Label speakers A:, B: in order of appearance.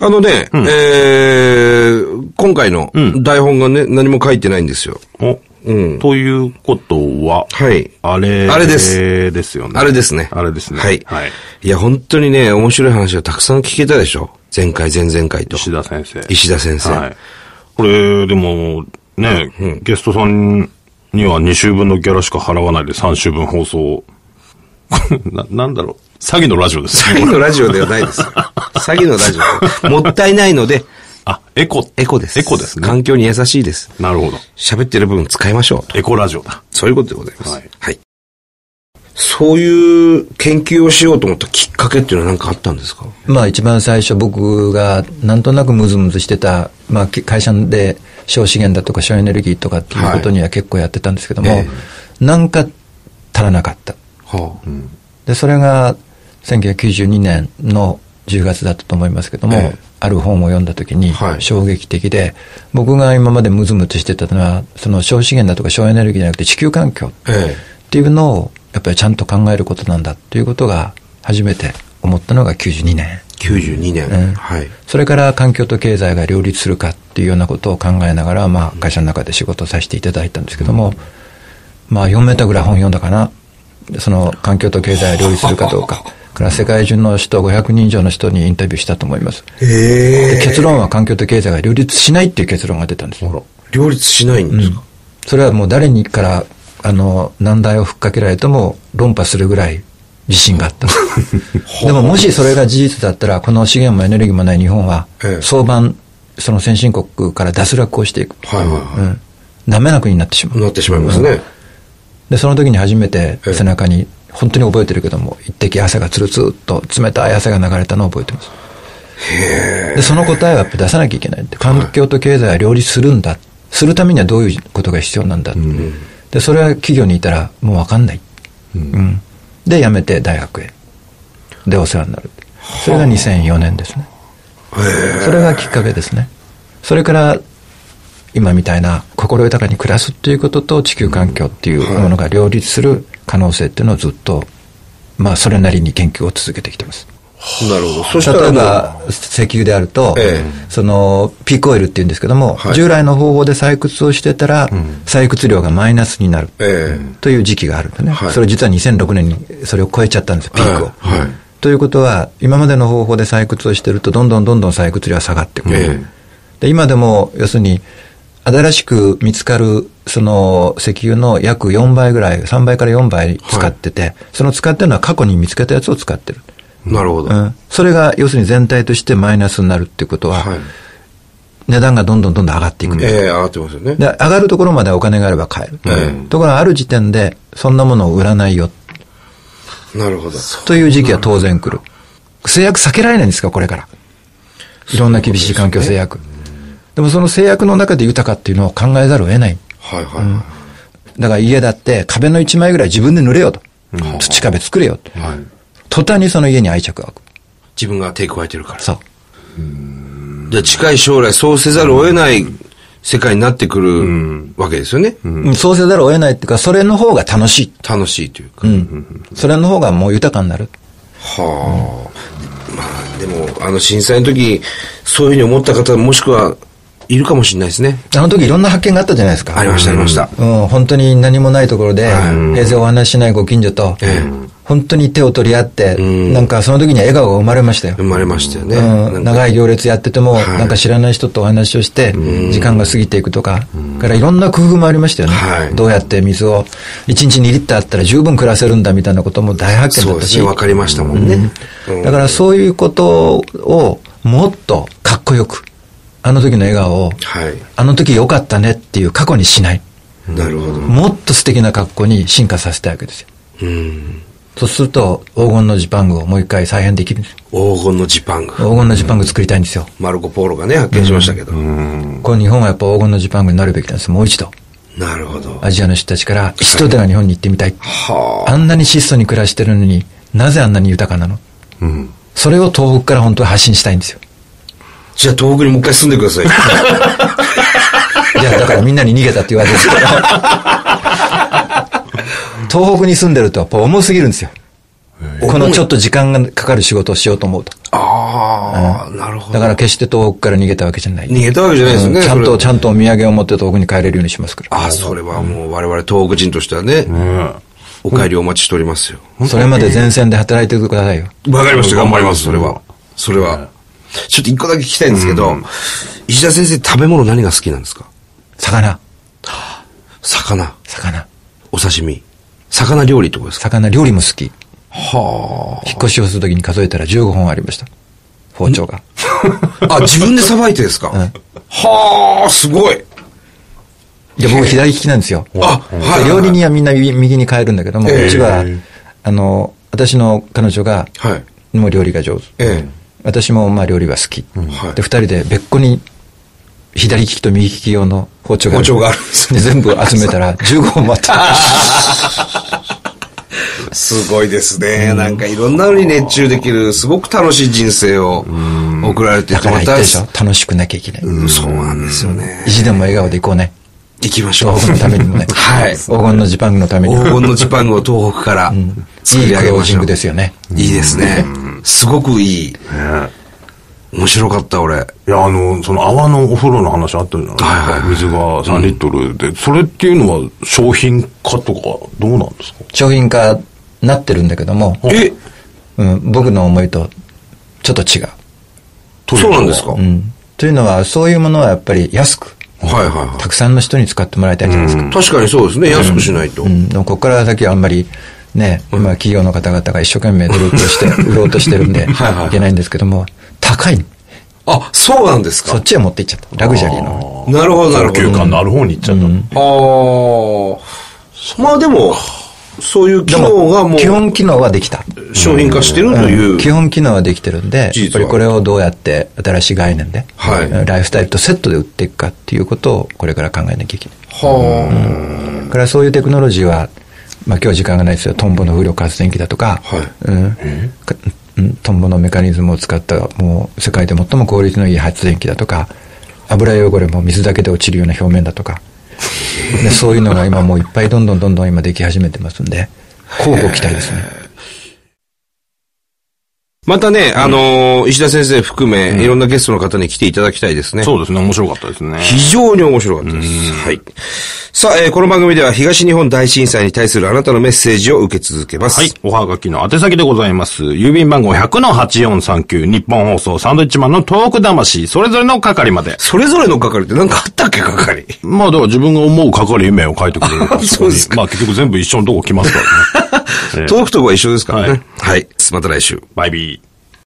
A: あのね、えー今回の台本がね、何も書いてないんですよ。
B: お、
A: うん
B: ということは、
A: はい
B: あれ、
A: あれです
B: ですよね。
A: あれですね。
B: あれですね。
A: はい。
B: はい。
A: いや、本当にね、面白い話がたくさん聞けたでしょ。前回、前々回と。
B: 石田先生。
A: 石田先生。
B: はい。これ、でも、ね、ゲストさんには2週分のギャラしか払わないで3週分放送。 な、なんだろう。詐欺のラジオです。
A: 詐欺のラジオでは ないです。詐欺のラジオ。もったいないので、
B: あ、エコ。
A: エコです。
B: エコですね。
A: 環境に優しいです。
B: なるほど。
A: 喋ってる部分使いましょうと。
B: エコラジオだ。
A: そういうことでございます。は
B: はいい。
A: そういう研究をしようと思ったきっかけっていうのは何かあったんですか
C: まあ一番最初僕がなんとなくムズムズしてた、まあき会社で省資源だとか省エネルギーとかっていうことには結構やってたんですけども、
A: え
C: なんか足らなかった。
A: はあ。
C: で、それが1992年の10月だったと思いますけども、
A: ええ
C: ある本を読んだ時に
A: はい
C: 衝撃的で、僕が今までムズムズしてたのは、その省資源だとか省エネルギーじゃなくて地球環境
A: ええ
C: っていうのをやっぱりちゃんと考えることなんだっていうことが初めて思ったのが92年。
A: 92年。
C: うん
A: はい。
C: それから環境と経済が両立するかっていうようなことを考えながら、まあ、会社の中で仕事をさせていただいたんですけども、まあ、4メーターぐらい本読んだかな。その環境と経済が両立するかど うか。から世界中の人、500人以上の人にインタビューしたと思います。
A: え
C: で結論は環境と経済が両立しないっていう結論が出たんです。
A: 両立しないんですか、
C: それはもう誰にから、あの、難題をふっかけられても論破するぐらい自信があ った。でももしそれが事実だったら、この資源もエネルギーもない日本は
A: ええ、
C: 早晩、その先進国から脱落をしていく。
A: はいはいは
C: うん。ダメな国になってしま
A: い。な
C: う。
A: ってしまいますね。
C: で、その時に初めて
A: ええ
C: 背中に、本当に覚えてるけども、一滴汗がつるつるっと冷たい汗が流れたのを覚えてます。で、その答えはやっぱ出さなきゃいけないって。環境と経済は両立するんだ。するためにはどういうことが必要なんだ。で、それは企業にいたらもうわかんない。うんで、辞めて大学へ。で、お世話になる。それが2004年ですね。それがきっかけですね。それから、今みたいな心豊かに暮らすっていうことと地球環境っていうものが両立する可能性っていうのをずっと、まあ、それなりに研究を続けてきてます。
A: なるほど。そした
C: 例
A: ら
C: え
A: もう、
C: ば石油であると、
A: え
C: そのピークオイルっていうんですけども、
A: はい
C: 従来の方法で採掘をしてたら、採掘量がマイナスになる
A: ええ
C: という時期があるんだね、
A: はい
C: それ実は2006年にそれを超えちゃったんですよピークを、
A: はいはい
C: ということは今までの方法で採掘をしてるとどんどんどんどん採掘量は下がってくる、
A: ええ
C: で今でも要するに新しく見つかるその石油の約4倍ぐらい3倍から4倍使ってて、その使ってるのは過去に見つけたやつを使ってる
A: なるほど。
C: うん、それが要するに全体としてマイナスになるっていうことは、
A: はい。
C: 値段がどんどんどんどん上がっていく、
A: ええ上がってますよね。
C: で上がるところまでお金があれば買える、
A: え
C: ところがある時点でそんなものを売らないよ
A: なるほど。
C: という時期は当然来る制約避けられないんですかこれからいろんな厳しい環境制約で,、もその制約の中で豊かっていうのを考えざるを得ない
A: はいはいは
C: だから家だって壁の1枚ぐらい自分で塗れよと、土壁作れよと、
A: い。はい。
C: 途端にその家に愛着が湧く
A: 自分が手加えてるから。
C: そう
A: で、近い将来そうせざるを得ない世界になってくるわけですよね。
C: うんそうせざるを得ないっていうか、それの方が楽しい。
A: 楽しいというか。
C: うん。それの方がもう豊かになる。
A: はあ。まあ、でも、あの震災の時、そういうふうに思った方、もしくは、いるかもしれないですね。
C: あの時いろんな発見があったじゃないですか。
A: ありました、ありました。
C: うん、本当に何もないところで、
A: はい
C: 平然お話ししないご近所と
A: ええ、
C: 本当に手を取り合って、
A: ん
C: なんかその時には笑顔が生まれましたよ
A: 生。まれましたよね。
C: う、
A: なんんか
C: 長い行列やってても、
A: はい
C: なんか知らない人とお話をして、時間が過ぎていくとか、からいろんな工夫もありましたよね。
A: はい
C: どうやって水を、1日2リッターあったら十分暮らせるんだみたいなことも大発見
A: そ
C: だ
A: う
C: っ
A: で
C: た
A: す
C: し
A: ね、、分かりましたもんね。うん
C: だからそういうことをもっとかっこよく、あの時の笑顔を、
A: はい。
C: あの時良かったねっていう過去にしない。
A: なるほど。
C: もっと素敵な格好に進化させたいわけですよ。
A: うん。
C: そうすると黄金のジパングをもう一回再現できるんです。
A: 黄金のジパング。
C: 黄金のジパング作りたいんですよ。
A: マルコ・ポーロがね、発見しましたけど。
C: これ日本はやっぱ黄金のジパングになるべきなんです。もう一度。
A: なるほど。
C: アジアの人たちから一度では日本に行ってみたい。
A: はあ。
C: あんなに質素に暮らしてるのになぜあんなに豊かなの
B: うん。
C: それを東北から本当は発信したいんですよ。
A: じゃあ東北にもう一回住んでください。
C: いや、だからみんなに逃げたって言われてるんで すけど。東北に住んでるとやっぱ重すぎるんですよ。このちょっと時間がかかる仕事をしようと思うと。
A: ああ、なるほど。
C: だから決して東北から逃げたわけじゃない。
A: 逃げたわけじゃないですよね
C: うんちゃん
A: それ
C: と、ちゃんとお土産を持って東北に帰れるようにしますから。
A: ああ、それはもう我々東北人としてはね、お帰りお待ちしておりますよ。
C: それまで前線で働いてくださいよ。
A: わかりました。
B: うん
A: 頑張ります、それ
B: 頑張り
A: は
B: ま。
A: それは。ちょっと一個だけ聞きたいんですけど、石田先生食べ物何が好きなんですか
C: 魚。
A: 魚、
C: 魚。
A: お刺身、魚料理ってことですか
C: 魚料理も好き。
A: は
C: 引っ越しをするときに数えたら15本ありました。包丁が。
A: あ。あ、自分でさばいてです か、はあ、すごい。
C: で、僕左利きなんですよ。
A: あ、はい。
C: 料理人はみんな右右に変えるんだけども、
A: ええ
C: うちは、あの、私の彼女が、
A: はい。
C: もう料理が上手。
A: え
C: 私もまあ料理は好き。
A: はい
C: で、二人で別個に、左利きと右利き用の包丁がある。
A: 包丁があるんです
C: で、全部集め たら15本もあった。
A: え。すごいですね。なんかいろんなのに熱中できる、すごく楽しい人生を送られて
C: だ
A: きて
C: か
A: ま
C: ら言ったでしょ。楽しくなきゃいけない。
A: うんそうなんですよね。
C: 意地でも笑顔でいこうね。
A: 行きましょう。。
C: 東北のためにもね
A: はい。
C: 黄金のジパングのためにも。
A: 黄金のジパングを東北から作
C: いい
A: り
C: ク
A: 上げ
C: ロー
A: ま
C: ジ
A: し
C: ン
A: ょう。
C: グですよね。
A: いいですね。すごくいい。面白かった、俺。
B: いや、あの、その泡のお風呂の話あったじゃないですか。
A: はいはい
B: 水が3リットルで、それっていうのは商品化とかどうなんですか
C: 商品化なってるんだけども、
A: え
C: うん、僕の思いとちょっと違う。
A: そうなんですか
B: ト
A: は
B: イ
A: い
C: うん、というのは、そういうものはやっぱり安く、
A: はいは
C: たくさんの人に使ってもらいたいじゃないですか。
A: い。確かにそうですね。安くしないと。
C: うん、でもここから先はあんまり、ね、今企業の方々が一生懸命努力をして、売ろうとしてるんで、
A: はいはい
C: いけないんですけども、高い。
A: あ、そうなんです
C: そ
A: か
C: っ。ちへ持っていっちゃった。ラグジュアリーの。
A: なるほど、な
B: レ
A: る
B: 高級
A: ほ
B: 感のある方に行っちゃった。
A: ど。ああ。まあでも、そういう機能がも
C: 基
A: う
C: 本機能はできた。
A: 商品化してるという。
C: 基本機能はできてるんで、
A: 事
C: やっ
A: 実
C: ぱ
A: は
C: りこれをどうやって新しい概念で、
A: はい
C: うんライフスタイルとセットで売っていくかっていうことをこれから考えなきゃいけない。
A: は
C: だからそういうテクノロジーは、まあ今日時間がないですよ。トンボの風力発電機だとか、
A: はい
C: うんかうんトンボのメカニズムを使った、もう世界で最も効率のいい発電機だとか、油汚れも水だけで落ちるような表面だ とか、でそういうのが今もういっぱいどんどんどんどん今でき始めてますんで、交互期待ですね。
A: あ。またね、あのー、石田先生含め、いろんなゲストの方に来ていただきたいですね。
B: そうですね、面白かったですね。
A: 非常に面白かったです。はい。さあ、えーこの番組では東日本大震災に対するあなたのメッセージを受け続けます。
B: はい。おはがきの宛先でございます。郵便番号100-8439、日本放送、サンドイッチマンのトーク魂、それぞれの係まで。
A: それぞれの係って何かあったっけ係
B: まあ、だから自分が思う係名を書いてくれ るから。
A: そうですか
B: ここにまあ、 結局全部一緒のとこ来ますからね。えー
A: トークとは一緒ですからね。はい。また来週。
B: バイビー。